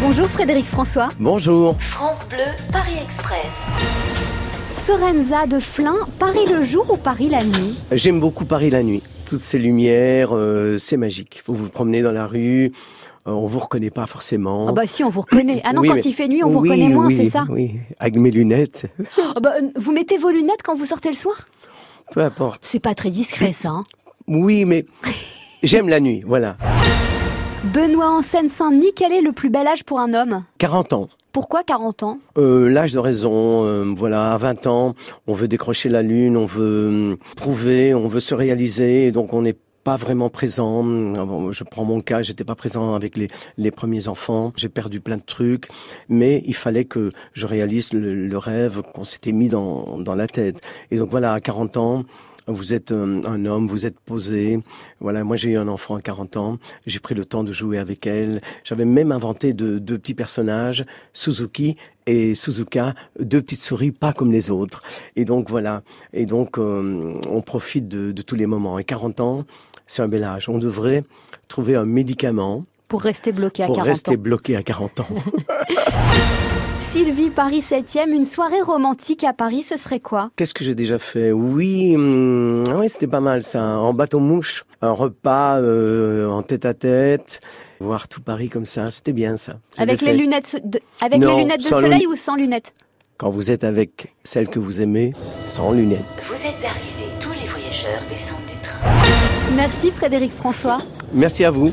Bonjour Frédéric François. Bonjour. France Bleu, Paris Express. Sorenza de Flin, Paris le jour ou Paris la nuit J'aime beaucoup Paris la nuit. Toutes ces lumières, euh, c'est magique. Vous vous promenez dans la rue, euh, on vous reconnaît pas forcément. Ah bah si, on vous reconnaît. Ah non, Oui, quand mais- il fait nuit, on vous Oui, reconnaît moins, oui, c'est ça Oui, avec mes lunettes, Ah bah, euh, Vous mettez vos lunettes quand vous sortez le soir peu importe. C'est pas très discret ça. hein. Oui, mais j'aime la nuit, voilà. Benoît en Seine-Saint-Denis, quel est le plus bel âge pour un homme 40 ans. Pourquoi 40 ans Euh, L'âge de raison, euh, voilà, à 20 ans, on veut décrocher la lune, on veut hum, prouver, on veut se réaliser, et donc on n'est pas vraiment présent. Ah bon, Je prends mon cas, j'étais pas présent avec les, les premiers enfants, j'ai perdu plein de trucs, mais il fallait que je réalise le, le rêve qu'on s'était mis dans, dans la tête. Et donc voilà, à 40 ans, vous êtes euh, un homme, vous êtes posé. Voilà, moi j'ai eu un enfant à 40 ans, j'ai pris le temps de jouer avec elle. J'avais même inventé deux, deux petits personnages, Suzuki et Suzuka, deux petites souris pas comme les autres. Et donc voilà, et donc euh, on profite de, de tous les moments. Et 40 ans, c'est un bel âge. On devrait trouver un médicament Pour rester bloqué à pour 40 rester ans. bloqué à 40 ans. Sylvie, Paris 7e, une soirée romantique à Paris, ce serait quoi Qu'est-ce que j'ai déjà fait Oui, hum, ah oui, c'était pas mal ça. En bateau mouche, un repas euh, en tête à tête, voir tout Paris comme ça, c'était bien ça. Je Avec, l'ai les fait. lunettes, de... avec Non, les lunettes de sans soleil ou sans lunettes Quand vous êtes avec celle que vous aimez, sans lunettes. Vous êtes arrivés, tous les voyageurs descendent du train. Merci Frédéric François. Merci à vous.